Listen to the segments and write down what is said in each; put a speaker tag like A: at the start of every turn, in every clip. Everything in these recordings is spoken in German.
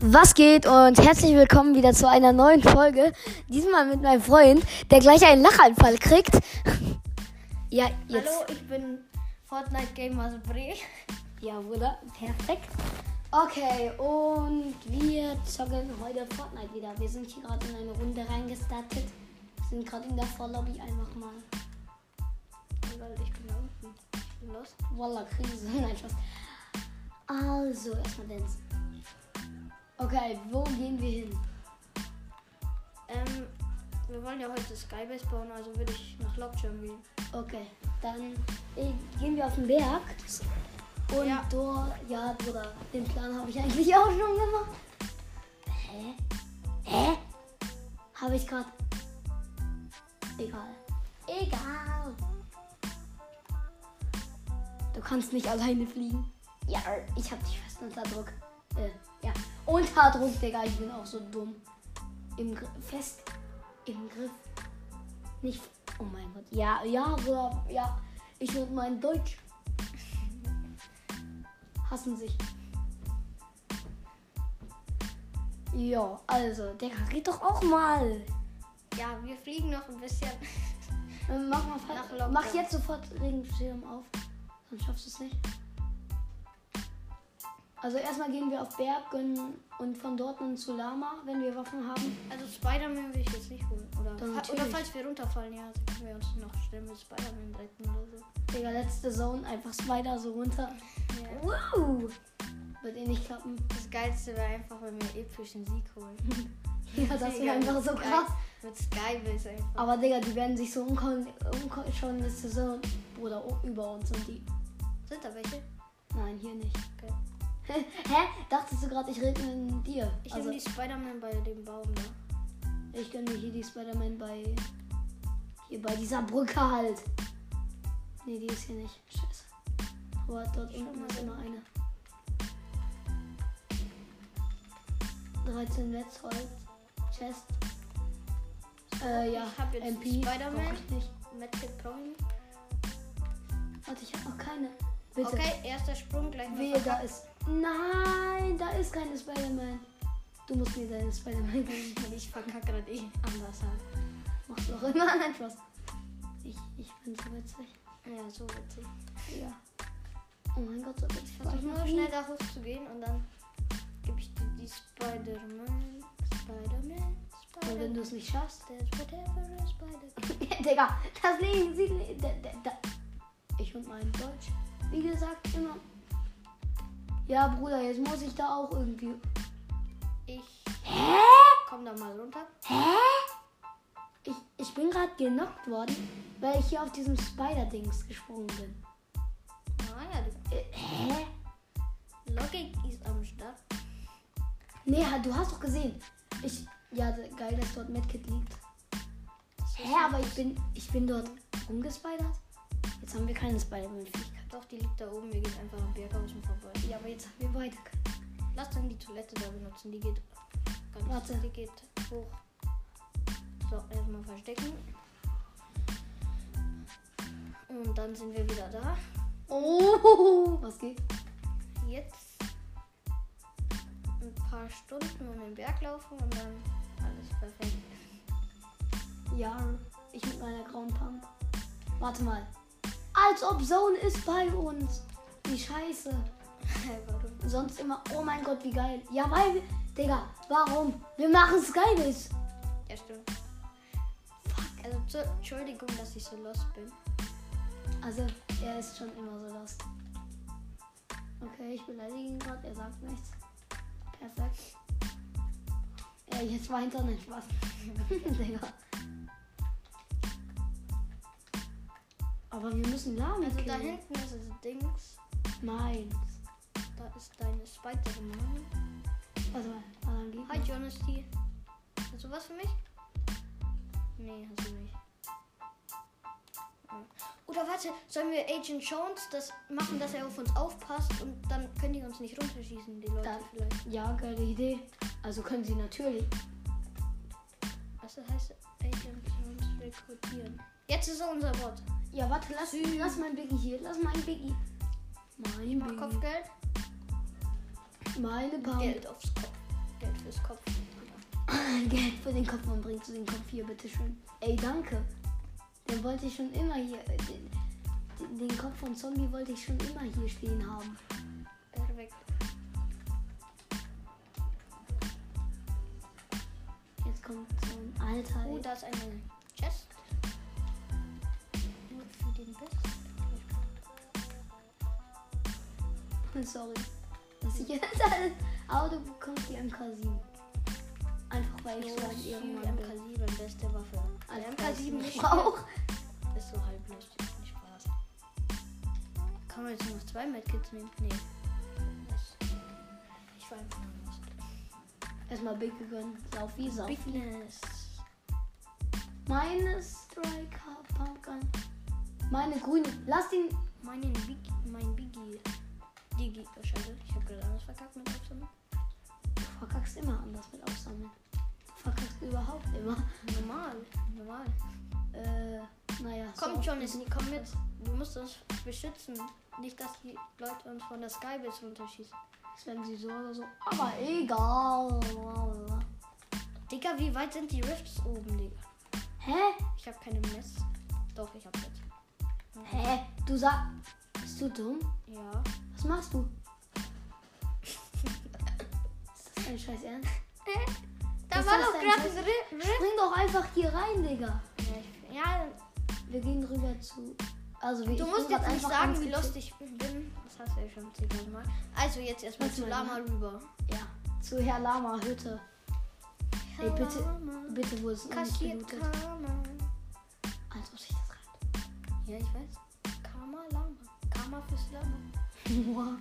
A: Was geht und herzlich willkommen wieder zu einer neuen Folge. Diesmal mit meinem Freund, der gleich einen Lachanfall kriegt. Ja, jetzt.
B: Hallo, ich bin Fortnite Gamer Sabré.
A: Ja, Bruder, perfekt. Okay, und wir zocken heute Fortnite wieder. Wir sind hier gerade in eine Runde reingestartet. Sind gerade in der Vorlobby einfach mal.
B: Lol, Ich bin da unten. Ich bin los.
A: Voila, Krise. Nein, Spaß. Also, erstmal Dance. Okay, wo gehen wir hin?
B: Ähm, wir wollen ja heute Skybase bauen, also würde ich nach Lockjam gehen.
A: Okay, dann äh, gehen wir auf den Berg. Und
B: Ja.
A: dort, ja, Bruder, den Plan habe ich eigentlich auch schon gemacht. Hä? Hä? Habe ich gerade. Egal. Egal. Du kannst nicht alleine fliegen. Ja, ich habe dich fest unter Druck. Äh, ja. Unter Druck, Digga, ich bin auch so dumm. Im Gr fest im Griff. Nicht. Oh mein Gott. Ja, ja, Bruder, ja. Ich und mein Deutsch hassen sich. Ja, also, der geht doch auch mal.
B: Ja, wir fliegen noch ein bisschen.
A: Ähm, Mach, mal,
B: Nach Lockdown.
A: mach jetzt sofort Regenschirm auf. Sonst schaffst du es nicht. Also erstmal gehen wir auf Berg und, und von dort dann zu Lama, wenn wir Waffen haben.
B: Also Spider-Man will ich jetzt nicht holen. Oder,
A: Doch,
B: fa oder
A: natürlich.
B: falls wir runterfallen, ja, dann können wir uns noch schnell mit Spider-Man retten oder so.
A: Digga, letzte Zone, einfach Spider so runter.
B: Ja.
A: Wow! Wird eh nicht klappen.
B: Das Geilste wäre einfach, wenn wir epischen Sieg holen.
A: Ja, das wäre
B: Digga,
A: einfach
B: mit
A: so
B: Sky-
A: krass.
B: Mit Skybase einfach.
A: Aber Digga, die werden sich so umkommen, umschauen letzte Zone. Bruder, o- über uns und die.
B: Sind da welche?
A: Nein, hier nicht.
B: Okay.
A: Hä? Dachtest du gerade, ich rede mit dir?
B: Ich
A: also,
B: nehme die Spider-Man bei dem Baum da.
A: ich gönn mir hier die Spider-Man bei. Hier bei dieser Brücke halt. Nee, die ist hier nicht. Scheiße. Aber dort
B: Schau
A: unten
B: mal
A: ist
B: hin.
A: immer eine. 13 Netzholz. Chest. Äh, ja.
B: Ich hab jetzt
A: MP.
B: Spider-Man.
A: brauch ich nicht.
B: Medkit brauche ich nicht.
A: Warte, ich habe noch keine. Bitte.
B: Okay, erster Sprung, gleich mal
A: Wehe, da ist. Nein, da ist keine Spider-Man. Du musst mir deine Spider-Man geben.
B: Ich verkacke gerade eh anders halt.
A: Machst du auch immer einen Spaß. Ich, ich bin so witzig.
B: Ja, so witzig.
A: Ja. Oh mein Gott, so witzig.
B: Ich versuche nur schnell da hoch zu gehen und dann gebe ich dir die Spider-Man. Spider-Man,
A: Und wenn du es
B: Spider-Man.
A: nicht schaffst.
B: There's whatever a spider can-
A: Digga, das Leben sieht. Da, da, da. Ich und mein Deutsch. Wie gesagt, immer. Ja, Bruder, jetzt muss ich da auch irgendwie.
B: Ich
A: Hä?
B: komm da mal runter.
A: Hä? Ich, ich bin gerade genockt worden, weil ich hier auf diesem Spider-Dings gesprungen bin.
B: Naja, die
A: Äh, Hä?
B: Ah, Logik ist am Start.
A: Nee, ha- du hast doch gesehen. Ich. Ja, d- geil, dass dort Medkit liegt. Hä, aber ich bin, ich bin dort rumgespidert. Jetzt haben wir keine Spider-Man-Fähigkeit.
B: Doch, die liegt da oben. Wir gehen einfach am Berghausen vorbei.
A: Ja, aber jetzt haben wir beide keine.
B: Lass dann die Toilette da benutzen. Die geht ganz
A: Warte.
B: Die geht hoch. So, erstmal verstecken. Und dann sind wir wieder da.
A: Oh, was geht?
B: Jetzt ein paar Stunden um den Berg laufen und dann alles perfekt.
A: Ja, ich mit meiner grauen Pump. Warte mal. Als ob Zone ist bei uns. Wie scheiße.
B: Warum?
A: Sonst immer, oh mein Gott, wie geil. Ja, weil, wir- Digga, warum? Wir machen Skybase.
B: Ja, stimmt. Fuck, also zur Entschuldigung, dass ich so lost bin.
A: Also, er ist schon immer so lost. Okay, ich beleidige ihn gerade, er sagt nichts. Perfekt. Ja, jetzt weint er nicht was. Digga. Aber wir müssen Lamy
B: Also da
A: killen.
B: hinten ist das Dings.
A: Meins.
B: Da ist deine Spider-Man.
A: Warte mal, dann Also, geht
B: Hi, Jonesty. Hast du was für mich? Nee, hast du nicht. Ja. Oder warte, sollen wir Agent Jones das machen, dass er auf uns aufpasst und dann können die uns nicht runterschießen, die Leute
A: Dann-
B: vielleicht.
A: Ja, geile Idee. Also können sie natürlich.
B: Was Also das heißt Agent Jones rekrutieren? Jetzt ist er unser Wort.
A: Ja, warte, lass, lass mein Biggie hier. Lass mein Biggie. Mein
B: Mach
A: Biggie.
B: Kopfgeld,
A: Meine Pump.
B: Geld aufs Kopf. fürs Kopf.
A: Geld für den Kopf und bringst du den Kopf hier, bitteschön. Ey, danke. Den wollte ich schon immer hier. äh, Den, den Kopf von Zombie wollte ich schon immer hier stehen haben.
B: Perfekt.
A: Jetzt kommt so ein alter.
B: Oh, da ist eine Chest. Nur für den Best.
A: Sorry. Dass ich jetzt alles. Aber du bekommst die MK7. Einfach weil
B: Oh,
A: ich so ein Ehrenmann bin.
B: MK7, beste Waffe.
A: Als
B: Die
A: MK7
B: nicht
A: ich brauch.
B: Ist so halb lustig, nicht Spaß. Kann man jetzt nur noch zwei Medkits nehmen? Nee. Das- Ich war einfach nur lost.
A: Erstmal Big gegönnt. Saufi, Saufi.
B: Bigness.
A: Meine Striker Pumpkin. Meine grüne. Lass ihn.
B: Meinen Big, mein Biggie. Digi. Oh, scheiße. Ich hab gerade anders verkackt mit Abstand.
A: Du verkackst immer anders mit Aufsammeln. Du verkackst überhaupt immer.
B: Normal. Normal.
A: Äh, naja. so
B: Komm,
A: oft
B: Johnny,
A: ist nie-
B: komm mit. Du musst uns beschützen. Nicht, dass die Leute uns von der Skybase runterschießen.
A: als wenn sie so oder so. Aber egal.
B: Digga, wie weit sind die Rifts oben, Digga?
A: Hä?
B: Ich habe keine Mess. Doch, ich hab jetzt.
A: Hä? Du sagst. Bist du dumm?
B: Ja.
A: Was machst du? ist das dein Scheiß Ernst?
B: Da
A: Ist
B: war
A: das
B: doch
A: dein
B: gerade
A: Test?
B: ein Ri- Rift.
A: Spring doch einfach hier rein, Digga.
B: Ja,
A: Wir gehen rüber zu. Also, wir
B: du
A: ich
B: musst
A: bin grad
B: jetzt nicht
A: einfach
B: sagen,
A: ganz
B: wie
A: gechillt.
B: lustig ich bin. Das hast du ja schon zehntausendmal. Also jetzt erstmal
A: Was
B: zu
A: mein
B: Lama rüber.
A: Ja, zu Herr Lama Hütte. Ey, bitte, bitte, wo es noch nicht
B: Kassiert
A: gelootet.
B: Karma.
A: Als ob sich das reimt.
B: Ja, ich weiß. Karma Lama. Karma fürs Lama.
A: Boah.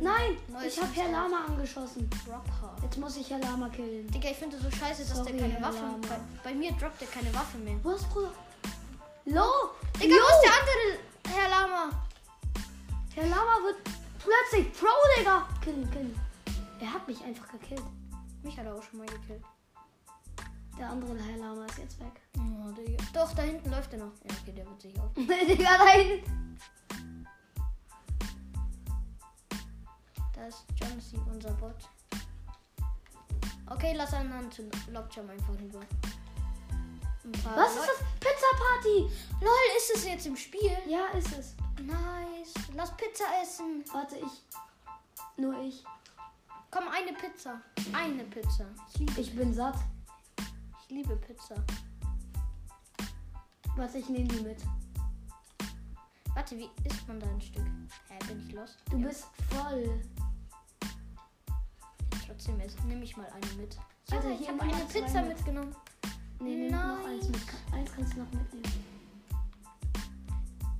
A: Nein,
B: Neues
A: ich habe Herr
B: Insta-
A: Lama angeschossen.
B: Dropper.
A: Jetzt muss ich Herr Lama killen.
B: Digga, ich finde so scheiße, dass
A: Sorry,
B: der keine
A: Herr
B: Waffe.
A: Lama.
B: Bei, bei mir droppt er keine Waffe mehr.
A: Wo ist Bruder? Lo!
B: Digga,
A: Yo!
B: wo ist der andere Herr Lama?
A: Herr Lama wird plötzlich Pro, Digga! Killen, killen. Er hat mich einfach gekillt.
B: Mich hat er auch schon mal gekillt.
A: Der andere Herr Lama ist jetzt weg.
B: Oh, Digga. Doch, da hinten läuft er noch. Ja, okay, der wird sich auch.
A: Digga,
B: Äh,
A: nein!
B: Da ist John C., unser Bot. Okay, lass einen Mann zu Lockjam einfach rüber. Ein paar
A: Was
B: Leu-
A: ist das? Pizza Party!
B: LOL, ist es jetzt im Spiel?
A: Ja, ist es.
B: Nice. Lass Pizza essen.
A: Warte, ich. Nur ich.
B: Komm, eine Pizza. Eine Pizza. Ich liebe,
A: Ich bin satt.
B: ich liebe Pizza.
A: Warte, ich nehme die mit.
B: Warte, wie isst man da ein Stück? Hä, bin ich lost?
A: Du
B: Ja,
A: bist voll.
B: Trotzdem essen. Nehme ich mal eine mit. Ja,
A: Warte,
B: ich
A: hier
B: habe
A: nimm
B: eine
A: mal zwei
B: Pizza
A: mit.
B: mitgenommen.
A: Nee, nimm noch eins mit. Eins kannst du noch mitnehmen.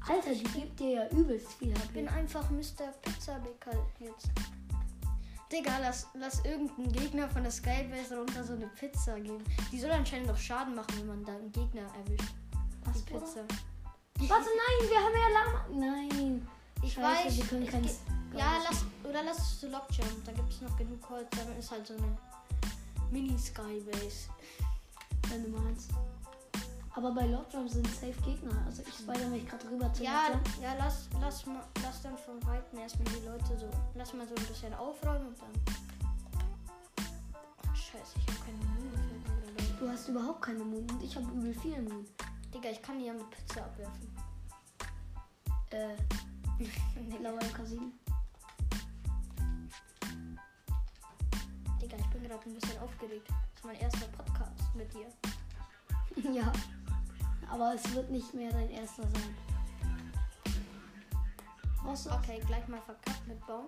A: Alter, die gibt dir ja übelst viel
B: Ich bin
A: HP.
B: einfach Mr. Pizza Bäcker jetzt. Digga, lass, lass irgendeinen Gegner von der Skybase runter so eine Pizza geben. Die soll anscheinend doch Schaden machen, wenn man da einen Gegner erwischt.
A: Was,
B: die Pizza.
A: Warte, nein, wir haben ja Lama. Nein.
B: Ich
A: Scheiße,
B: weiß.
A: wir können
B: es
A: kein-
B: geht- ja, lass. Oder lass es zu Lockjump. Da gibt es noch genug Holz. Dann ist halt so eine Mini-Skybase.
A: Wenn du meinst. Aber bei Lockdown sind safe Gegner. Also ich spider mich gerade rüber zu
B: Ja,
A: Lockdown.
B: ja, lass, lass, mal, lass dann von Weitem erstmal die Leute so. Lass mal so ein bisschen aufräumen und dann. Oh, scheiße, ich habe keinen Mühe oder so.
A: Du hast überhaupt keine Moon und ich habe übel viel Moon.
B: Digga, ich kann die ja mit Pizza abwerfen.
A: Äh, blaue MK7.
B: Digga, ich bin gerade ein bisschen aufgeregt. Das ist mein erster Podcast mit dir.
A: ja. Aber es wird nicht mehr dein erster sein. Brauchst du
B: Okay, gleich mal verkackt mit Baum.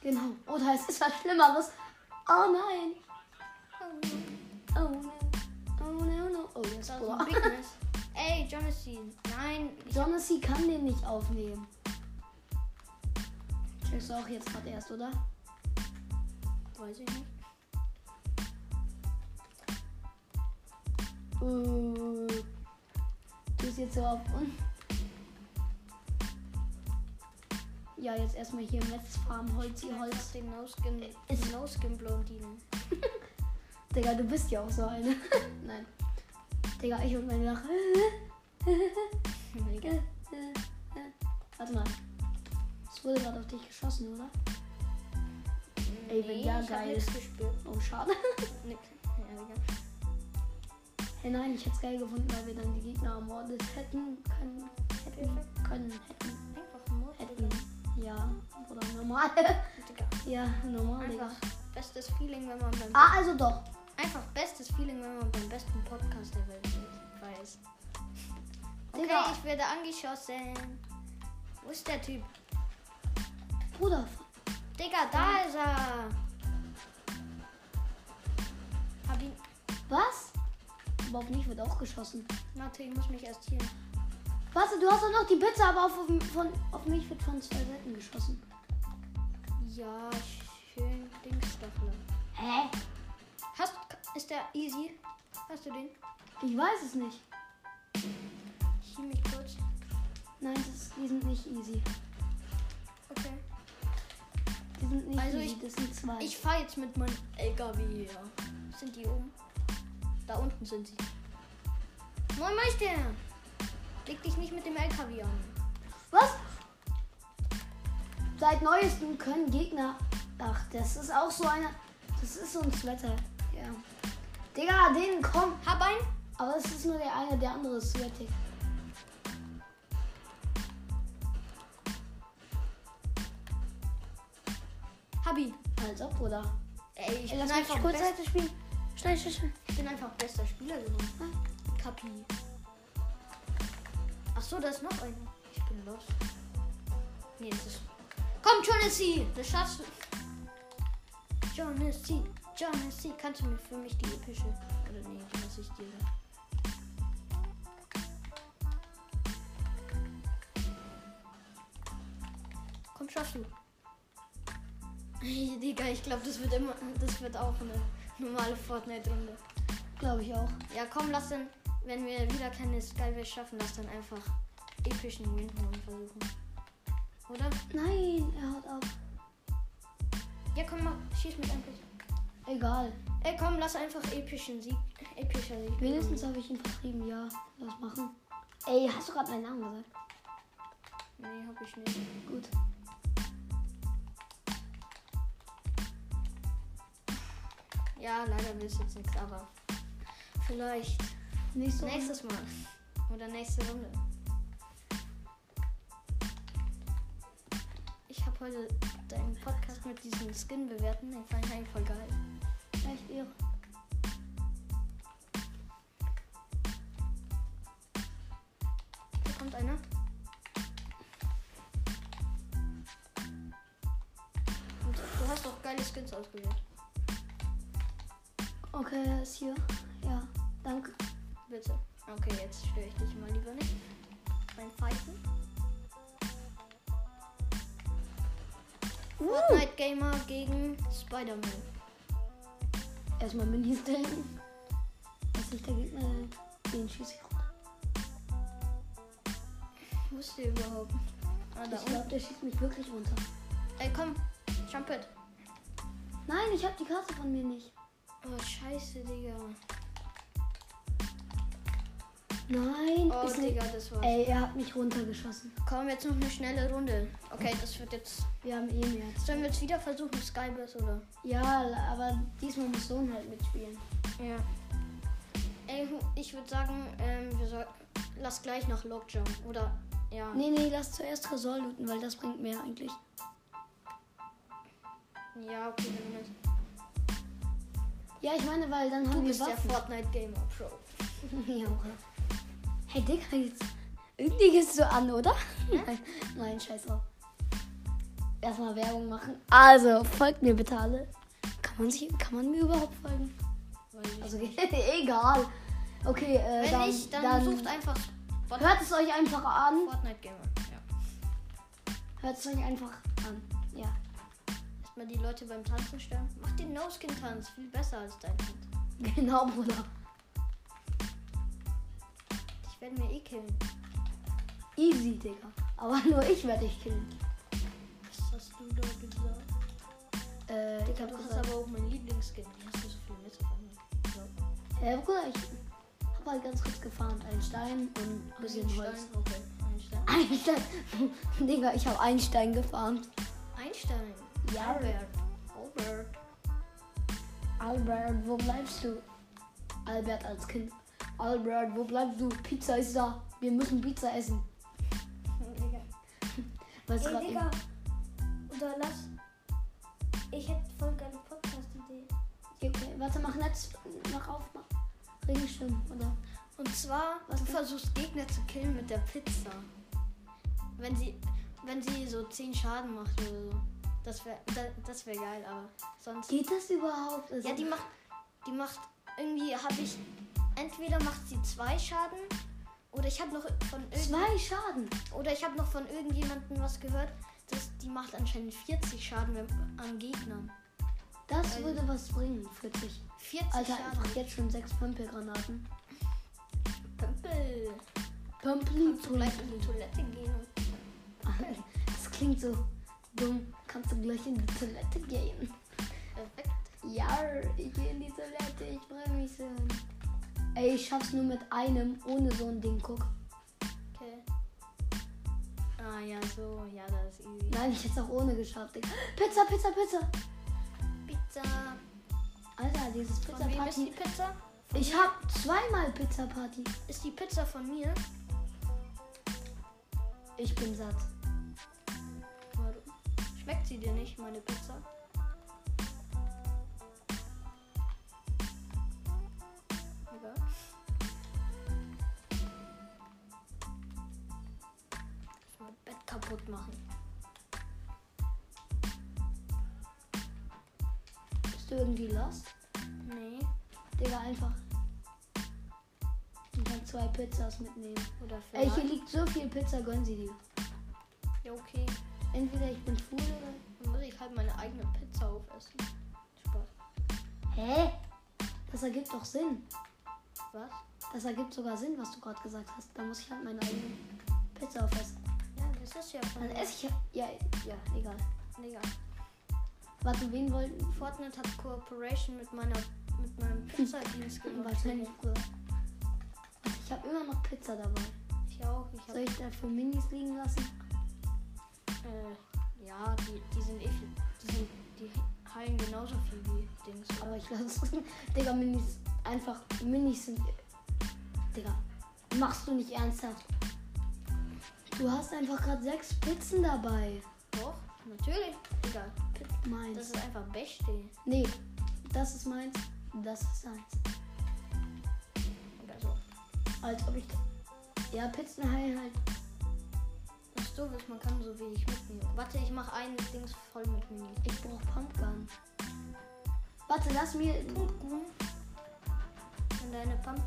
A: Genau. Oder es ist was Schlimmeres. Oh nein. Oh no. Oh no, no. Oh,
B: Das
A: yes,
B: ist also ein
A: boah.
B: Bigness. Ey, Jonathan. Nein, ich
A: Jonathan kann den nicht aufnehmen. Checkst du auch jetzt gerade erst, oder?
B: weiß ich nicht.
A: Uh, du bist jetzt so auf uns. Ja, jetzt erstmal hier Metz farmen, Holz,
B: Die
A: hier
B: Holz.
A: Holz. Äh,
B: Den No-Skin.
A: Ist-
B: No-Skin Blondine.
A: Digga, du bist ja auch so eine. Nein. Digga, ich und meine Lache.
B: Digga.
A: Warte mal. wurde gerade auf dich geschossen, oder? Ey, wenn ja,
B: ich hab
A: geil.
B: nichts gespürt.
A: Oh, schade.
B: Nix. Ja, egal.
A: Hey, Äh, nein, ich hätte es geil gefunden, weil wir dann die Gegner ermordet hätten können. Hätten, können, hätten,
B: Einfach Mord,
A: hätten. Ja, oder normal.
B: Digga.
A: ja, normal, Digga.
B: Einfach bestes Feeling, wenn man beim
A: Ah, also doch.
B: einfach bestes Feeling, wenn man beim besten Podcast der Welt ist. weiß. Okay,
A: Digga.
B: ich werde angeschossen. Wo ist der Typ?
A: Bruder,
B: Digga, da ist er. Hab ihn.
A: was? Aber auf mich wird auch geschossen.
B: Warte, ich muss mich erst hier.
A: Warte, du hast doch noch die Pizza, aber auf, auf, von, auf mich wird von zwei Seiten geschossen.
B: Ja, schön Dingsstachler.
A: Hä?
B: Hast ist der easy? Hast du den?
A: Ich weiß es nicht.
B: Ich hieb mich kurz.
A: Nein, das ist, die sind nicht easy.
B: Okay.
A: Die sind nicht
B: Also
A: easy,
B: ich-
A: das sind zwei.
B: Ich fahr jetzt mit meinem LKW her. Sind die oben? Da unten sind sie. Moin Meister! Leg dich nicht mit dem LKW an.
A: Was? Seit neuestem können Gegner. Ach, das ist auch so eine. Das ist so ein Sweater. Ja. Digga, Ah, den komm.
B: Hab ein?
A: Aber das ist nur der eine, der andere ist sweatig.
B: Hab ihn.
A: Als ob, oder?
B: Ey, ich,
A: Ey,
B: bin
A: lass mich
B: einfach
A: kurz
B: best,
A: Seite spielen. Schnell, schnell, schnell.
B: ich bin einfach bester Spieler geworden. Ah, Kapi. Ach so, da ist noch einer. Ich bin los. Nee, das ist. Komm, Jonesy! Das schaffst du. Jonesy, Jonesy, kannst du mir für mich die epische. Oder nee, die muss ich dir sagen. Komm, schaffst du. Ey, Digga, ich glaube, das wird immer. Das wird auch eine normale Fortnite-Runde.
A: Glaube ich auch.
B: Ja, komm, lass dann, wenn wir wieder keine Skyway schaffen, lass dann einfach epischen Win holen versuchen. Oder?
A: Nein, er haut ab.
B: Ja, komm, mach, schieß mit einfach.
A: Egal.
B: Ey, komm, lass einfach epischen Sieg, epischer Sieg.
A: Wenigstens habe ich ihn vertrieben, ja. Lass machen. Ey, hast du gerade meinen Namen gesagt?
B: Nee, hab ich nicht.
A: Gut.
B: Ja, leider willst du jetzt nichts, aber vielleicht
A: Nächste Runde.
B: nächstes Mal. Oder nächste Runde. Ich habe heute deinen Podcast mit diesem Skin bewerten. Den fand ich eigentlich voll geil.
A: Echt irre.
B: Hier kommt einer. Und du hast doch geile Skins ausgewählt.
A: Okay, er ist hier. Ja, danke.
B: Bitte. Okay, jetzt störe ich dich mal lieber nicht. Beim Pfeifen.
A: Uh.
B: Fortnite Gamer gegen Spider-Man.
A: Erstmal Minis denken. Dass sich der Gegner den schieße ich
B: Ah,
A: runter.
B: Wo ist der überhaupt? Ah, da
A: Ich glaube,
B: unten.
A: der schießt mich wirklich runter.
B: Ey, komm. Trumpet.
A: Nein, ich habe die Karte von mir nicht.
B: Oh, scheiße, Digga.
A: Nein,
B: Oh,
A: ist
B: Digga, das war's.
A: nicht. Ey, er hat mich runtergeschossen.
B: Komm, jetzt noch eine schnelle Runde. Okay, das wird jetzt...
A: Wir haben eh mehr.
B: Sollen wir jetzt wieder versuchen, Skybase, oder?
A: Ja, aber diesmal muss Sohn halt mitspielen.
B: Ja. Ey, hu- ich würde sagen, ähm, wir soll, lass gleich nach Logjump. Oder, ja.
A: Nee, nee, lass zuerst Tresor looten, weil das bringt mehr eigentlich.
B: Ja, okay, wenn du meinst.
A: Ja, ich meine, weil dann
B: Du
A: haben wir
B: bist der
A: Waffen.
B: Fortnite Gamer Pro.
A: ja, oder? Hey, Digga, jetzt. Irgendwie gehst du an, oder? Nein, nein, scheiß drauf. Erstmal Werbung machen. Also, folgt mir bitte alle. Kann man, sich, kann man mir überhaupt folgen? Also, egal. Okay, äh,
B: Wenn
A: dann,
B: nicht, dann, sucht einfach Spot-
A: Hört es euch einfach an.
B: Fortnite Gamer. Ja.
A: Hört es euch einfach an. Ja.
B: Erstmal die Leute beim Tanzen stören. Mach den No-Skin-Tanz. Viel besser als dein Tanz.
A: Genau, Bruder.
B: Ich werde mir eh killen.
A: Easy, Digga. Aber nur ich werde dich killen.
B: Was hast du da gesagt?
A: Äh, ich
B: Digga,
A: hab
B: du hast
A: gesagt.
B: aber auch mein Lieblingsskin. Wie hast du so viel Ah, mit auf einmal? Ja.
A: Hä, Bruder, ich hab halt ganz kurz gefahren. Einen Stein und ein bisschen
B: Stein,
A: Holz.
B: Okay. Ah, Einstein.
A: Einstein. Digga, ich habe Einstein gefahren.
B: Einstein.
A: Ja.
B: Albert. Albert.
A: Albert, wo bleibst du? Albert als Kind. Albert, wo bleibst du? Pizza ist da. Wir müssen Pizza essen.
C: Digga.
A: Was
C: Ey,
A: grad
C: Digga. Oder lass. Ich hätte voll geile Podcast-Idee.
A: Okay, warte, mach Netz. Mach auf. Mach. Regenschirm, oder?
B: Und zwar,
A: Was
B: du
A: denn?
B: versuchst Gegner zu killen mit der Pizza. Wenn sie, wenn sie so 10 Schaden macht oder so. Das wäre das wär geil, aber sonst.
A: Geht das überhaupt? Also-
B: Ja, die macht. Die macht. Irgendwie habe ich. Entweder macht sie zwei Schaden oder ich habe noch von irgend,
A: Zwei Schaden.
B: oder ich habe noch von irgendjemandem was gehört, dass die macht anscheinend 40 Schaden wenn- an Gegnern.
A: Das
B: Also-
A: würde was bringen, 40.
B: 40
A: Alter, einfach
B: Schaden.
A: jetzt schon sechs Pömpelgranaten.
B: Pömpel.
A: Pömpel,
B: Kannst du gleich in die Toilette gehen und
A: Das klingt so dumm. Kannst du gleich in die Toilette gehen?
B: perfekt.
A: Ja, ich gehe in die Toilette, ich freue mich so. Ey, ich schaff's nur mit einem, ohne so ein Ding, guck.
B: Okay. Ah ja, so, ja, das ist easy.
A: Nein, ich hätte auch ohne geschafft, Digga. Pizza, Pizza, Pizza.
B: Pizza.
A: Alter, dieses
B: Von
A: Pizza
B: wem ist die
A: Party.
B: Pizza?
A: Ich hab zweimal Pizza Party.
B: Ist die Pizza von mir?
A: Ich bin satt.
B: Warte. Schmeckt sie dir nicht, meine Pizza? Egal. Ich mein Bett kaputt machen.
A: Bist du irgendwie lost?
B: Nee.
A: Digga, einfach. Und dann zwei Pizzas mitnehmen.
B: Oder
A: Ey,
B: vielleicht.
A: hier liegt so viel Pizza, gönn sie dir.
B: ja, okay.
A: Entweder ich bin schwul oder.
B: Dann muss ich halt meine eigene Pizza aufessen. Spaß.
A: Hä? Das ergibt doch Sinn.
B: Was?
A: Das ergibt sogar Sinn, was du gerade gesagt hast. Da muss ich halt meine eigene Pizza aufessen.
B: Ja, das ist ja von
A: Dann
B: mir.
A: esse ich ja. Ja, ja, egal.
B: Digga.
A: Warte, wen wollten.
B: Fortnite hat Cooperation mit meiner mit meinem Pizzadienst gemacht.
A: Wahrscheinlich früher. Warte, ich habe immer noch Pizza dabei.
B: Ich auch. Ich hab,
A: Soll ich dafür Minis liegen lassen?
B: äh, ja, die, die sind eh viel. Die, sind, die heilen genauso viel wie Dings.
A: Aber ich lasse. Digga, Minis. Einfach. Minis sind. Digga. Machst du nicht ernsthaft. Du hast einfach gerade sechs Pizzen dabei.
B: Doch, natürlich. Egal.
A: Meins.
B: Das ist einfach Beste.
A: Nee, das ist meins, das ist seins.
B: Oder so.
A: Als ob ich. Ja, Pizzen heilen halt.
B: Das doof ist, man kann so wenig mitnehmen. Warte, ich mache ein Dings voll mit Mini.
A: Ich brauch Pumpgun. Warte, lass mir.
B: Pumpgun. Wenn deine Pump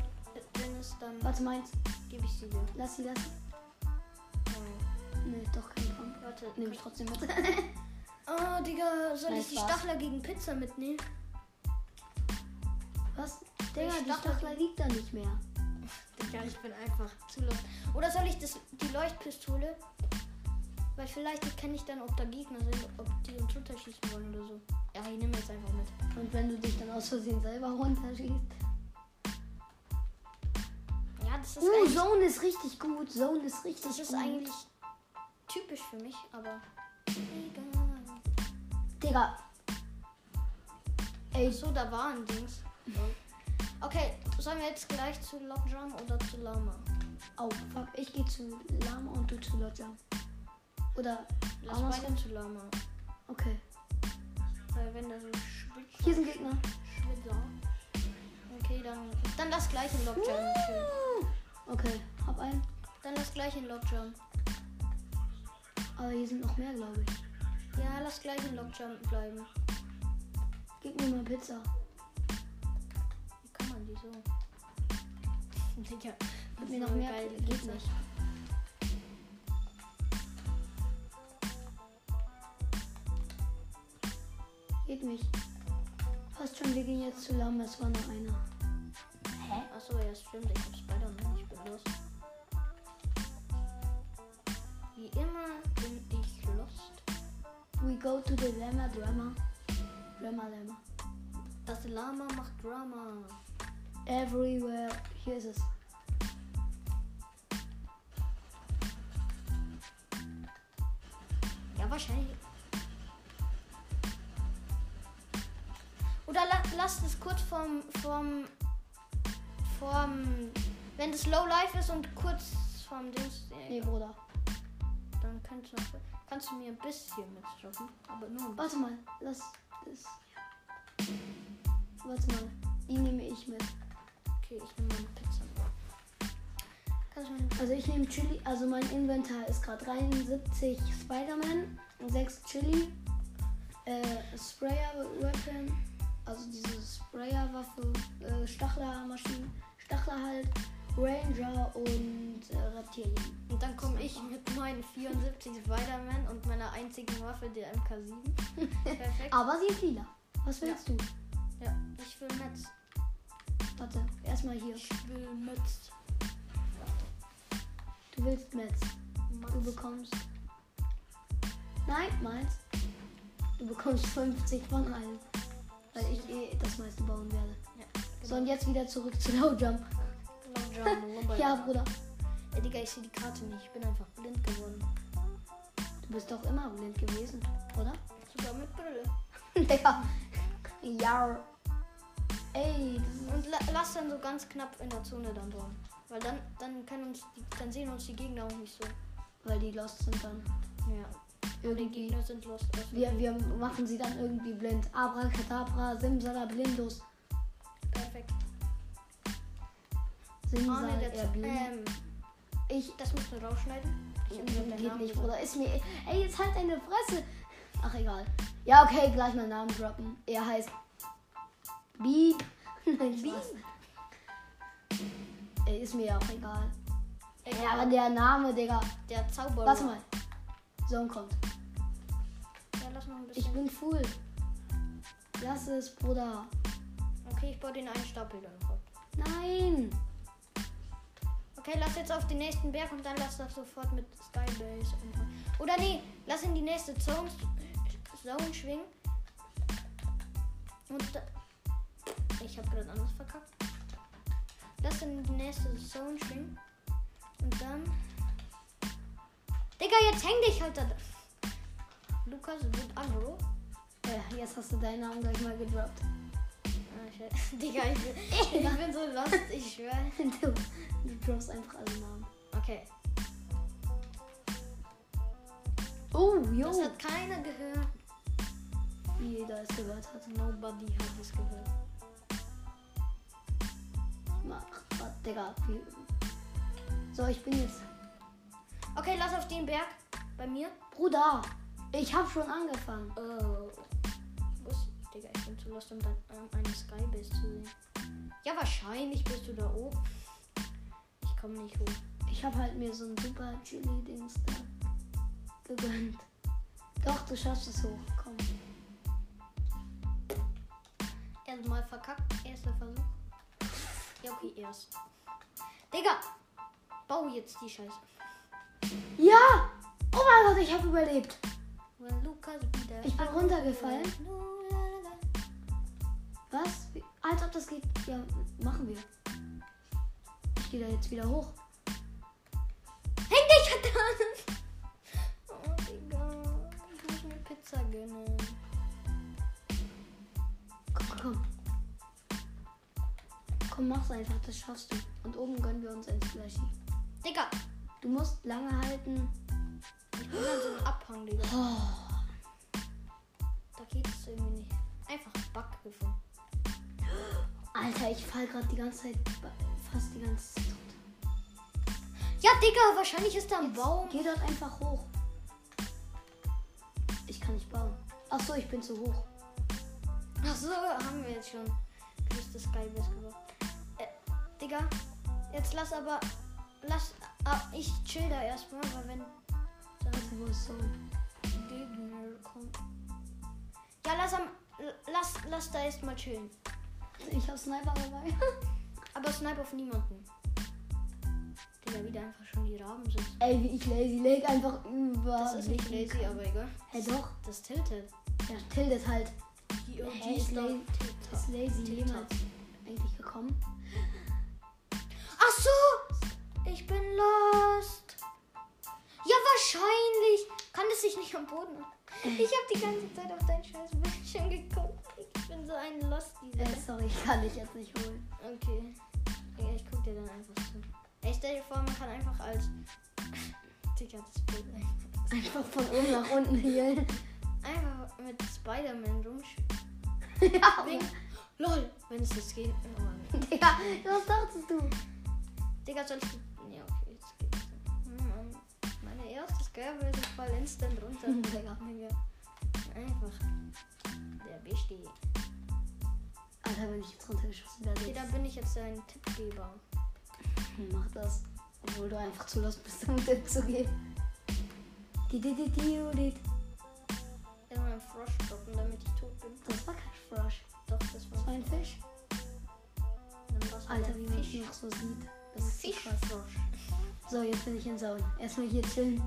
B: drin ist, dann
A: Warte, meins.
B: gebe ich sie dir.
A: Lass sie, lass sie.
B: Oh,
A: Nee, doch kein Pumpgun.
B: Warte,
A: Nehme ich trotzdem mit.
B: Oh, Digga, soll
A: Nein,
B: ich die
A: Spaß.
B: Stachler gegen Pizza mitnehmen?
A: Was? Digga,
B: Ich
A: die
B: dachte-
A: Stachler liegt da nicht mehr.
B: Digga, ich bin einfach zu lost. Oder soll ich das, die Leuchtpistole? Weil vielleicht erkenne ich dann, ob da Gegner sind, ob die uns runterschießen wollen oder so. Ja, ich nehme jetzt einfach mit.
A: Und wenn du dich dann aus Versehen selber runterschießt.
B: Ja, das ist,
A: Uh,
B: eigentlich,
A: Zone ist richtig gut. Zone ist richtig
B: das ist
A: gut.
B: eigentlich typisch für mich, aber egal.
A: Digga. Ey,
B: So, da war ein Dings. Okay, sollen wir jetzt gleich zu Lockjam oder zu Lama?
A: oh, fuck. Ich gehe zu Lama und du zu Lodger. Oder.
B: Lass
A: Lamas
B: beide zu Lama.
A: Okay.
B: Weil wenn da so schwitzt.
A: Hier ist ein Gegner.
B: Schwitzer. Okay, dann, dann das gleich in Lockjam. killen.
A: Uh. Okay, hab einen.
B: Dann lass gleich in Lockjump.
A: Aber hier sind noch mehr, glaube ich.
B: Ja, lass gleich in Lockjump bleiben.
A: Gib mir mal Pizza.
B: Wie kann man die so? Digga,
A: Gib mir noch mehr. Pizza. Geht nicht. Geht nicht. Passt schon, wir gehen jetzt zu Lama. Es war noch einer. Hä?
B: Achso, ja, stimmt. Ich hab Spider-Man nicht benutzt. Wie immer bin ich lost.
A: We go to the Lama Drama. Drama Lama.
B: Das Lama macht Drama.
A: Everywhere. Hier ist es.
B: wahrscheinlich.
C: Oder la lasst es kurz vorm, vorm, vorm, wenn das Low Life ist und kurz vorm Dings, äh,
B: Nee, Bruder.
C: dann kannst du, kannst du mir ein bisschen mitstoppen, aber nur ein
A: Warte mal, lass das. Warte mal, die nehme ich mit.
C: Okay, ich nehme meine Pizza. Kannst du mir
A: Also ich nehme Chili, also mein Inventar ist gerade 73 Spider-Man, 6 Chili, äh, Sprayer-Weapon, also diese Sprayer-Waffe, äh, Stachlermaschinen, Stachler halt, Ranger und äh, Reptilien.
B: Und dann komme ich mit meinen 74 Spider-Man und meiner einzigen Waffe, der MK7. Perfekt.
A: Aber sie ist lila. Was willst du?
B: Ja, ich will Metz.
A: Warte, erstmal hier.
B: Ich will Metz.
A: Du willst Metz. Du bekommst. Nein, meins. Du bekommst 50 von allen. Weil ich eh das meiste bauen werde.
B: Ja,
A: So, und jetzt wieder zurück zu Low Jump.
B: Genau.
A: Ja, Bruder.
B: Ey, Digga, ich sehe die Karte nicht. Ich bin einfach blind geworden.
A: Du bist doch immer blind gewesen, oder?
B: Sogar mit Brille.
A: Digga. ja. Ey, das ist
B: Und la lass dann so ganz knapp in der Zone dann dran. Weil dann, dann können uns die, dann sehen uns die Gegner auch nicht so.
A: weil die lost sind dann.
B: Ja. Die
A: Irgendwie.
B: Gegner sind los. aus-
A: Wir, wir machen sie dann irgendwie blind. Abracadabra, Simsala, blindos.
B: Oh, Perfekt. Ah,
A: Simsala,
B: nee, der
A: eher blind.
B: ähm,
A: Ich.
B: das musst du rausschneiden. Ich hab grad deinen
A: Geht
B: Namen
A: nicht,
B: gesagt.
A: Bruder. Ist mir. Ey, jetzt halt deine Fresse. Ach, egal. Ja, okay, gleich meinen Namen droppen. Er heißt. Beep. Nein, Spaß. Ey, ist mir ja auch egal.
B: Ey,
A: Ja, aber
B: der,
A: der Name, Digga.
B: der Zauberer.
A: Warte mal. Sohn kommt.
B: Ja, lass noch ein
A: Ich
B: bisschen.
A: bin full. Lass es, Bruder.
B: okay, ich baue den einen Stapel dann noch ab.
A: Nein.
B: Okay, lass jetzt auf den nächsten Berg und dann lass das sofort mit Skybase anfangen. Oder nee, lass in die nächste Zone, Zone schwingen. Und da, ich habe gerade anders verkackt. Lass in die nächste Zone schwingen. Und dann. Digga, jetzt häng dich halt da. Lukas wird aggro.
A: Äh, jetzt hast du deinen Namen gleich mal gedroppt.
B: Ah, ich, Digga, ich bin, ich bin so lost, ich schwöre.
A: Du, du droppst einfach alle Namen.
B: Okay,
A: Oh,
B: das
A: jo.
B: hat keiner gehört.
A: Wie jeder es gehört hat.
B: Nobody hat es gehört.
A: Mach, was, Digga. Wie... So, ich bin jetzt.
B: Okay, lass auf den Berg. Bei mir.
A: Bruder, ich hab schon angefangen.
B: Oh. Was? Digga, ich bin zu lost, um dann ähm, eine Skybase zu sehen. Ja, wahrscheinlich bist du da oben. Ich komme nicht hoch.
A: Ich hab halt mir so ein super Chili-Dings da gegönnt. Doch, du schaffst es hoch. Komm.
B: Erstmal verkackt. Erster Versuch. Ja, okay, erst. Digga! Bau jetzt die Scheiße.
A: Ja! Oh mein Gott, ich hab überlebt.
B: Wenn Lukas wieder.
A: Ich bin runtergefallen.
B: Lalalala.
A: Was? Wie- Als ob das geht. Ja, machen wir. Ich gehe da jetzt wieder hoch.
B: Häng dich verdammt! Oh, Digga. Ich muss mir Pizza gönnen.
A: Komm, komm, komm. Komm, mach's einfach, das schaffst du. Und oben gönnen wir uns ein Slushy.
B: Digga!
A: Du musst lange halten.
B: Ich bin an so einem Abhang, Digga.
A: Oh,
B: Da geht es irgendwie nicht. Einfach Bug gefunden.
A: Alter, ich fall gerade die ganze Zeit, ba- fast die ganze Zeit runter.
B: Ja, Digga, wahrscheinlich ist da ein Baum.
A: Geh dort einfach hoch. Ich kann nicht bauen. Ach so, ich bin zu hoch.
B: Achso, haben wir jetzt schon. Du bist das geil bist gemacht. Äh, Digga, jetzt lass aber. Lass. Ah, ich chill da erstmal, weil wenn
A: Warte, wo ist so?
B: ein Gegner kommt. Ja, lass am. Lass, lass da erstmal chillen.
A: Ich hab Sniper dabei.
B: Aber snipe auf niemanden. Digga, wieder einfach schon die Raben sind.
A: Ey, wie ich lazy leg einfach über.
B: Das ist nicht lazy, aber egal.
A: Hey, doch.
B: Das ist tilted.
A: Ja, tildet halt.
B: Die OG
A: Hey,
B: ist
A: ist la-
B: lazy.
A: Ist lazy
B: Tilted.
A: jemals eigentlich gekommen?
B: Ach so, ich bin lost. Ja, wahrscheinlich. Kann es sich nicht
C: am Boden. Ich habe die ganze Zeit auf deinen scheiß Bildschirm geguckt. Ich bin so ein Lost dieser.
A: Äh, sorry, kann ich jetzt nicht holen.
B: Okay. Ja, ich guck dir dann einfach zu. Ich stell dir vor, man kann einfach als. Digga, das Bild. ey.
A: Einfach von oben nach unten hier.
B: Einfach mit Spider-Man rumspringen.
A: ja,
B: LOL! Wenn es das geht. Oh Mann.
A: Digga, was dachtest du?
B: Digga, soll ich. Ja, okay, jetzt geht's. Oh Mann. Meine erste Skype ist voll instant runter.
A: Digga.
B: Digga. Einfach. Der Besti.
A: Alter, wenn ich jetzt runtergeschossen werde,
B: Okay, da bin ich jetzt ein Tippgeber.
A: jetzt mach das. Obwohl du einfach zu los bist, um den zu geben. Die, die, die, die, die.
B: Immer einen Frosch stoppen, damit ich tot bin.
A: Das war kein Frosch.
B: Doch, das
A: Das
B: war
A: war ein Fisch.
B: Dann war's
A: Alter,
B: wieder
A: wie man
B: Fisch.
A: Fisch noch so sieht. Das
B: Das ist
A: ist so krass.
B: Fischfrosch.
A: So, jetzt bin ich in Zone. Erstmal hier chillen.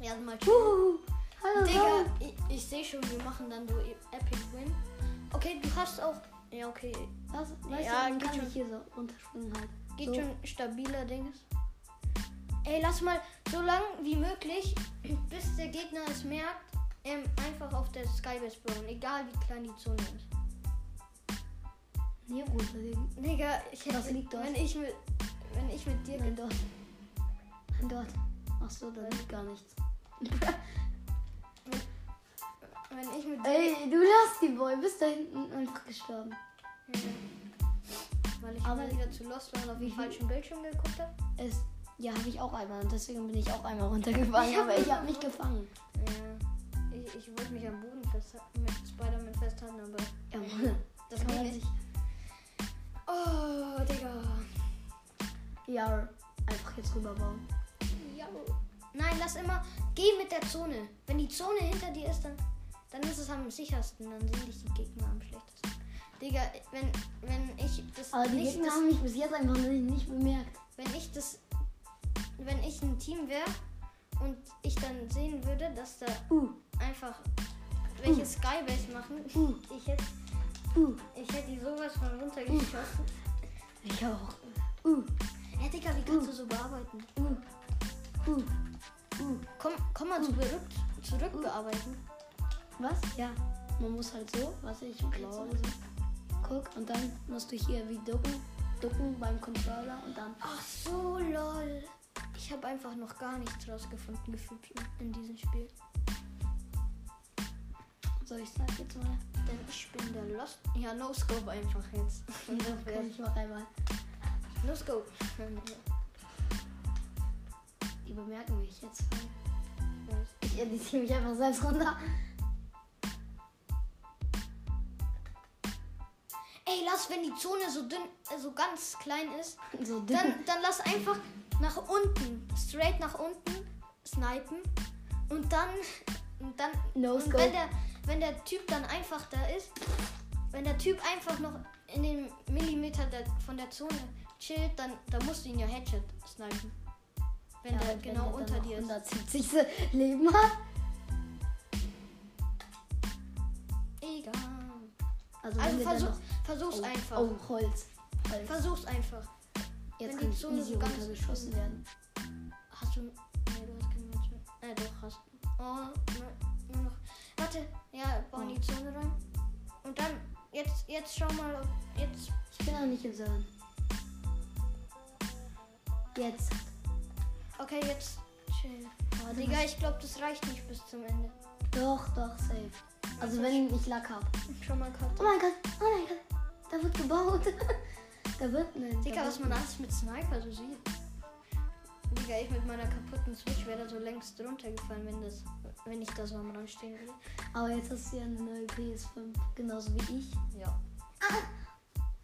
B: Erstmal
A: Wuhu. Hallo,
B: also Digga,
A: Zone.
B: ich, ich sehe schon, wir machen dann so e- Epic Win. Okay, du hast auch. Ja, okay.
A: Was? Weißt
B: Ja,
A: du, man
B: geht
A: kann
B: schon.
A: nicht hier so runterspringen halt.
B: Geht
A: so.
B: schon stabiler Dings. Ey, lass mal so lang wie möglich, bis der Gegner es merkt, ähm, einfach auf der Skybase bauen. Egal wie klein die Zone ist.
A: Nee, runterlegen.
B: Digga, ich hätte.
A: Was liegt dort?
B: Wenn ich mit, wenn ich mit dir.
A: Nein, dort. Nein, dort. Ach so, da liegt gar nichts.
B: Wenn ich mit dir.
A: Ey, du Lasty Boy, bist da hinten einfach gestorben.
B: Weil ich
A: Aber-
B: mal wieder zu Lost war und auf den
A: Mhm.
B: falschen Bildschirm geguckt habe.
A: Es, ja, habe ich auch einmal und deswegen bin ich auch einmal runtergefallen, aber ich habe mich gefangen.
B: Ja. Ich, ich wollte mich am Boden festhalten, mit Spider-Man festhalten, aber.
A: Ja, Mann.
B: Das kann man
A: sich.
B: Oh, Digga.
A: Ja, einfach jetzt rüberbauen.
B: Ja. Nein, lass immer. Geh mit der Zone. Wenn die Zone hinter dir ist, dann, dann ist es am sichersten. Dann sind dich die Gegner am schlechtesten. Digga, wenn, wenn ich das
A: Aber die
B: nicht.
A: Gegner
B: das,
A: haben mich bis jetzt einfach nicht, nicht bemerkt.
B: wenn ich das. Wenn ich ein Team wäre und ich dann sehen würde, dass da
A: Uh,
B: einfach welche Skybase machen,
A: uh,
B: ich hätte
A: uh.
B: ich hätt die sowas von runtergeschossen.
A: Ich auch. Uh,
B: Hey, Digga, wie kannst du so bearbeiten?
A: uh, uh.
B: Komm, komm mal zurück, zurückbearbeiten.
A: Was? Ja. Man muss halt so, was ich glaube. So. Guck, und dann musst du hier wie ducken, ducken beim Controller und dann.
B: Ach so, lol. Ich habe einfach noch gar nichts rausgefunden gefühlt in diesem Spiel.
A: Soll ich das jetzt mal?
B: Denn ich bin der Lost. Ja, No Scope einfach jetzt. Und das
A: Okay,
B: wär's.
A: ich mach einmal.
B: No Scope.
A: Die bemerken mich jetzt voll. Ich editiere mich einfach selbst runter.
B: Ey, lass, wenn die Zone so dünn, äh, so ganz klein ist,
A: So dünn.
B: dann, dann lass einfach nach unten, straight nach unten snipen. Und dann, und dann,
A: No
B: und
A: Scope.
B: wenn der, wenn der Typ dann einfach da ist, wenn der Typ einfach noch in den Millimeter der, von der Zone chillt, dann, dann musst du ihn ja Headshot snipen. Wenn
A: Ja,
B: der
A: und
B: genau
A: der dann
B: unter
A: noch
B: dir ist.
A: 170. Leben hat.
B: Egal.
A: Also,
B: Also
A: wenn der
B: versuch,
A: dann
B: versuch's
A: noch,
B: einfach.
A: Oh, oh, Holz. Holz.
B: Versuch's einfach.
A: Jetzt
B: wenn
A: kann
B: die
A: ich
B: Zone
A: easy
B: so ganz-
A: runtergeschossen werden.
B: Hast du. Nee, du hast kein Match mehr. Äh, doch, hast du. Oh, ne, nur noch. Warte, ja, bau in die
A: Oh.
B: Zone rein. Und dann, jetzt, jetzt schau mal, ob. Jetzt.
A: Ich bin noch nicht im Sören. Jetzt.
B: Okay, jetzt. Chill.
A: Aber du
B: Digga, ich glaube, das reicht nicht bis zum Ende.
A: Doch, doch, safe. Also wenn ich Lack hab.
B: Schau mal,
A: Oh
B: Karte.
A: mein Gott, oh mein Gott. Da wird gebaut. da wird ne.
B: Digga,
A: da
B: was
A: wird-
B: man alles mit Sniper so sieht. Digga, ich mit meiner kaputten Switch wäre da so längst runtergefallen, wenn, das, wenn ich da so am Rand stehen würde.
A: Aber jetzt hast du ja eine neue PS5. Genauso wie ich.
B: Ja.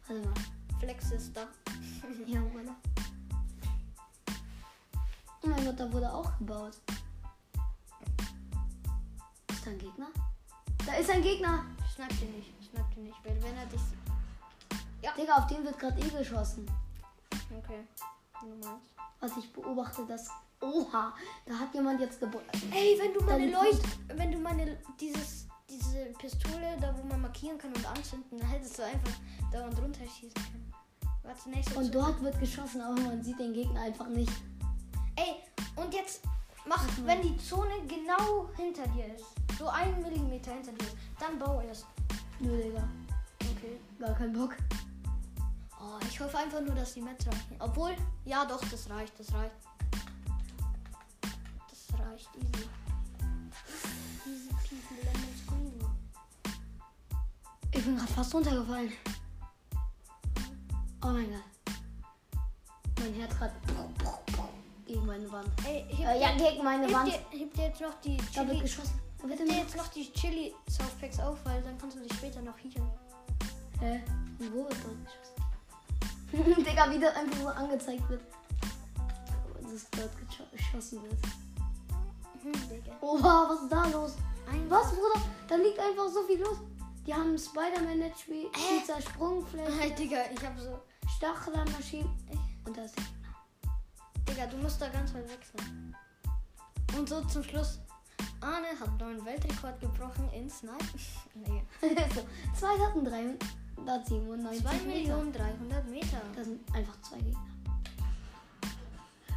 A: Warte mal.
B: Flex ist da.
A: Ja, voilà. Oh mein Gott, da wurde auch gebaut. Ist da ein Gegner? Da ist ein Gegner.
B: Schnapp dir nicht, schnapp dir nicht, weil wenn er dich.
A: Digga, auf den wird gerade eh geschossen.
B: Okay. Wenn du meinst.
A: Also ich beobachte das. Oha, da hat jemand jetzt gebaut.
B: Ey, wenn du meine
A: Dann-
B: Leucht. Wenn du meine. Dieses. Diese Pistole, da wo man markieren kann und anzünden, dann hättest du einfach da und runter schießen können. Warte, nächste
A: Und
B: Zone.
A: dort wird geschossen, aber man sieht den Gegner einfach nicht.
B: Ey, und jetzt
C: Mach, wenn die Zone genau hinter dir ist, so einen Millimeter hinter dir ist, dann bau erst.
A: Nö, Digga.
C: Okay.
A: Gar kein Bock.
B: Oh, ich hoffe einfach nur, dass die Metz reichen. Obwohl, ja doch, das reicht, das reicht.
C: Das reicht easy. Easy peasy lemon squeezy.
A: Ich bin gerade fast runtergefallen. Oh mein Gott. Mein Herz gerade gegen meine Wand.
C: Ey, heb,
A: Äh, ja,
C: dir,
A: gegen meine
C: heb,
A: Wand.
C: dir, heb dir jetzt noch die
A: Da wird
C: Chili,
A: geschossen. Da wird
C: heb dir
A: immer
C: jetzt noch die Chili Softpacks auf, weil dann kannst du dich später noch healen.
A: Hä? Und wo wird dort geschossen? Digga, wie das einfach so angezeigt wird. Dass dort gecho- geschossen wird.
C: Hm, Digga.
A: Oha, was ist da los?
C: Ein
A: Was, Bruder? Da liegt einfach so viel los. Die haben Spider-Man-Netzspiel, Pizza, Sprungfläche,
C: Hey, Äh, Digga, ich hab so.
A: Stachlermaschinen. Und das.
C: Digga, du musst da ganz weit weg sein.
B: Und so zum Schluss. Arne hat neuen Weltrekord gebrochen in Snipen. Nee.
A: so,
C: Also,
A: 2397
B: 2
A: Meter. Oh
B: Millionen 300 Meter.
A: Das sind einfach zwei Gegner.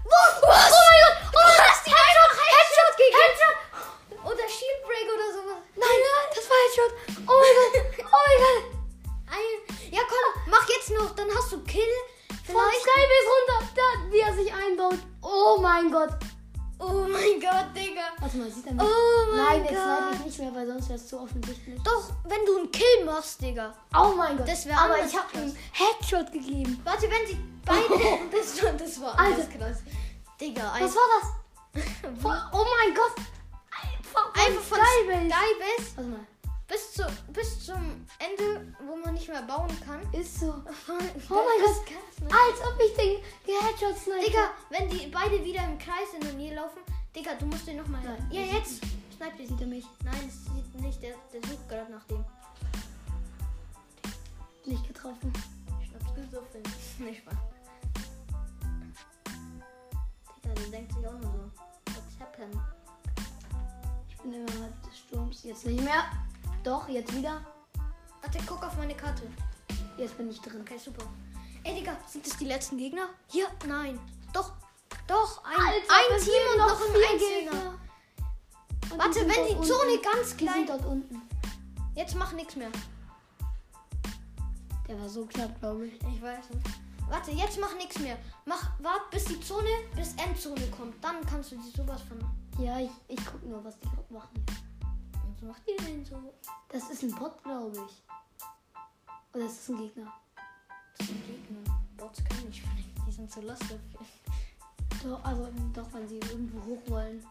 C: Was? was? Oh mein Gott! Oh mein Gott! Headshot, Headshot, Headshot, Headshot! Oder Shield Break oder sowas.
A: Nein, das war Headshot. Oh mein Gott. Oh mein Gott.
C: Ein, ja, komm, mach jetzt noch, dann hast du Kill.
A: Von Skybase runter. Da, wie er sich einbaut. Oh mein Gott.
C: Oh mein Gott, Digga.
A: Warte mal, sieht er mich?
C: Oh mein
A: Nein, jetzt snipe
C: Gott.
A: ich nicht mehr, weil sonst wäre es zu offensichtlich.
C: Doch, wenn du einen Kill machst, Digga.
A: Oh mein Gott.
C: Das wäre
A: Aber
C: anders
A: ich habe
C: krass.
A: ihm Headshot gegeben.
C: Warte, wenn sie beide.
B: Das war, das war
A: Alter.
B: alles krass. Digga, ein,
A: Was war das? Von, oh mein Gott. Einfach,
B: einfach von
A: Skybase.
B: Skybase
A: Warte mal.
B: bis, zu, bis zum Ende, wo man nicht mehr bauen kann.
A: Ist so.
B: Oh mein
A: Oh mein Gott.
B: Gott.
A: Als ob ich den geheadshot snipe.
B: ne? Digga, wenn die beide wieder im Kreis in der Nähe laufen, Digga, du musst den nochmal.
A: Nein.
B: Ja, jetzt! Schneid den.
A: Sieht er mich?
B: Nein, das sieht nicht, der, der sucht gerade nach dem.
A: Nicht getroffen.
B: Schnappst du so viel? Nicht Spaß. Digga, der denkt sich auch nur so. What's happened?
A: Ich bin innerhalb des Sturms. Jetzt nicht mehr. Doch, jetzt wieder.
B: Warte, guck auf meine Karte.
A: Jetzt bin ich drin.
B: Okay, super. Ey, Digga, sind das die letzten Gegner? Hier? Nein. Doch. Doch, ein,
A: Alter,
B: ein
A: das
B: Team
A: sind
B: und
A: noch
B: noch ein
A: vier
B: Einzelner.
A: Gegner. Und
B: Warte,
A: sind
B: wenn
A: dort
B: die Zone
A: unten.
B: ganz
A: Die
B: klein-
A: sind dort unten.
B: Jetzt mach nichts mehr.
A: Der war so knapp, glaube ich.
B: Ich weiß nicht. Warte, jetzt mach nichts mehr. Mach, wart, bis die Zone, bis Endzone kommt. Dann kannst du die sowas von.
A: Ja, ich, ich guck nur, was die gerade machen.
B: Und so macht die denn so.
A: Das ist ein Bot, glaube ich. Oder ist das ein Gegner?
B: Das sind Gegner. Bots können nicht fliegen. Die sind zu lost dafür.
A: Doch, also doch, wenn sie irgendwo hoch wollen.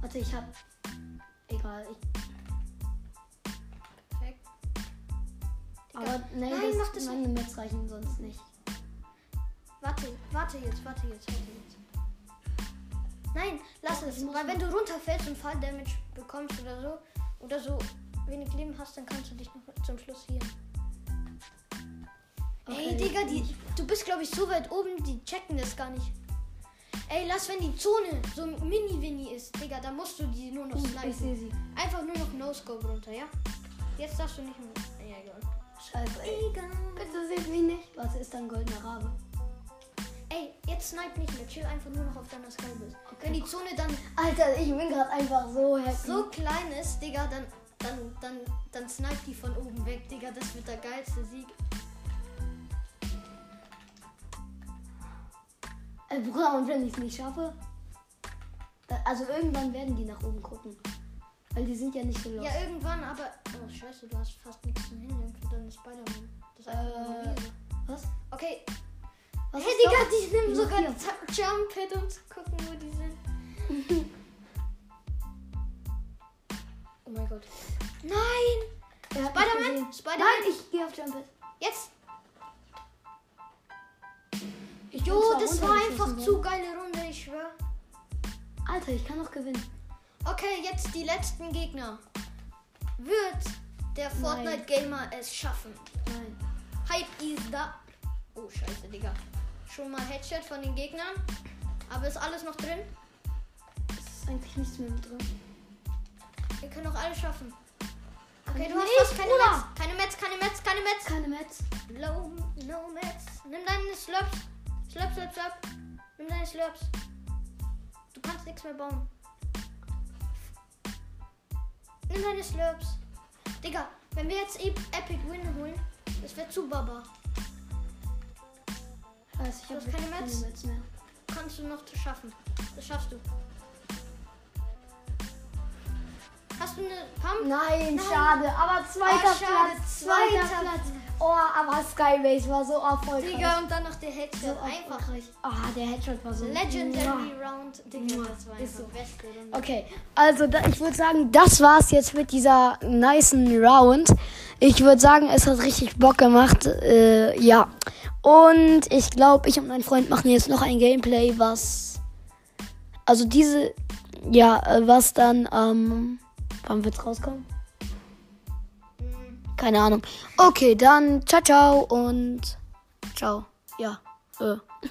A: Warte, ich hab. Egal, ich.
B: Perfekt.
A: Aber nee,
B: Nein,
A: das,
B: mach das
A: meine Metz reichen sonst nicht.
B: Warte, warte jetzt, warte jetzt, warte jetzt. Nein, lass es. Weil wenn du runterfällst und Fall-Damage bekommst oder so, oder so wenig Leben hast, dann kannst du dich noch zum Schluss hier.
A: Okay.
B: Ey, Digga, die, du bist, glaube ich, so weit oben, die checken das gar nicht. Ey, lass, wenn die Zone so ein Mini-Winnie ist, Digga, dann musst du die nur noch
A: Uh, ich
B: snipen.
A: sehe sie.
B: Einfach nur noch No-Scope runter, ja? Jetzt darfst du nicht mehr... Ja, egal.
A: Scheiße, ey. Bitte seht mich nicht. Was ist dann goldener Rabe?
B: Ey, jetzt snipe nicht mehr, chill einfach nur noch auf deiner Skybase. Wenn die Zone dann
A: Alter, ich bin gerade einfach so happy.
B: so klein ist, Digga, dann, dann, dann, dann snipe die von oben weg, Digga. Das wird der geilste Sieg.
A: Äh, Bruder, und wenn ich es nicht schaffe? Da- Also irgendwann werden die nach oben gucken. Weil die sind ja äh, nicht so los.
B: Ja, irgendwann, aber. Oh, scheiße, du hast fast nichts zum Hinnehmen für deine Spider-Man. Das ist einfach nur
A: Äh,
B: Riese.
A: was?
B: Okay,
A: Was
B: hey,
A: ist
B: Digga,
A: das?
B: die nehmen
A: Die
B: sogar
A: noch
B: ein Jump-Pad, um zu gucken, wo die sind. oh mein Gott. Nein!
A: Er hat mich
B: Spider-Man?
A: gesehen.
B: Spider-Man?
A: Nein, ich gehe auf Jumpet.
B: Jetzt!
A: Ich bin
B: Jo,
A: zwar
B: das war
A: runtergeschossen
B: einfach zu geile Runde, ich schwör.
A: worden. Alter, ich kann noch gewinnen.
B: Okay, jetzt die letzten Gegner. Wird der Fortnite Gamer es schaffen?
A: Nein.
B: Hype is da. Oh, scheiße, Digga. Schon mal Headshot von den Gegnern. Aber ist alles noch drin?
A: Es ist eigentlich nichts mehr mit drin.
B: Wir können auch alles schaffen.
A: Kann
B: Okay,
A: ich
B: du hast
A: nicht,
B: fast keine
A: Bruder.
B: Metz. Keine Metz, keine Metz, keine Metz.
A: Keine Mets.
B: Low, no Metz. Nimm deinen Slurp. Slurp, slurp, slurp. Nimm deine Slurps. Du kannst nichts mehr bauen. Nimm deine Slurps. Digga, wenn wir jetzt Ep- Epic Win holen, das wäre zu baba.
A: Scheiße, Also, ich
B: Du
A: habe
B: hast keine Mets?
A: mehr.
B: Kannst du noch zu schaffen. Das schaffst du. Hast du eine Pump?
A: Nein, schade. Aber zweiter
B: Ah, schade,
A: Platz.
B: zweiter
A: Zweiter Platz. Oh, aber Skybase war so erfolgreich.
B: Digga, und dann noch der
A: so
B: Headset. Einfach.
A: erfolgreich. Ah, der Headshot war so.
B: Legendary Round. Digga,
A: Mua.
B: das war
A: Ist
B: einfach
A: so.
B: beste Runde.
A: Okay, also da, ich würde sagen, das war's jetzt mit dieser nicen Round. Ich würde sagen, es hat richtig Bock gemacht. Äh, ja. Und ich glaube, ich und mein Freund machen jetzt noch ein Gameplay, was. Also diese. Ja, äh, was dann. Ähm, wann wird's rauskommen? Keine Ahnung. Okay, dann ciao, ciao und. Ciao. Ja. Äh.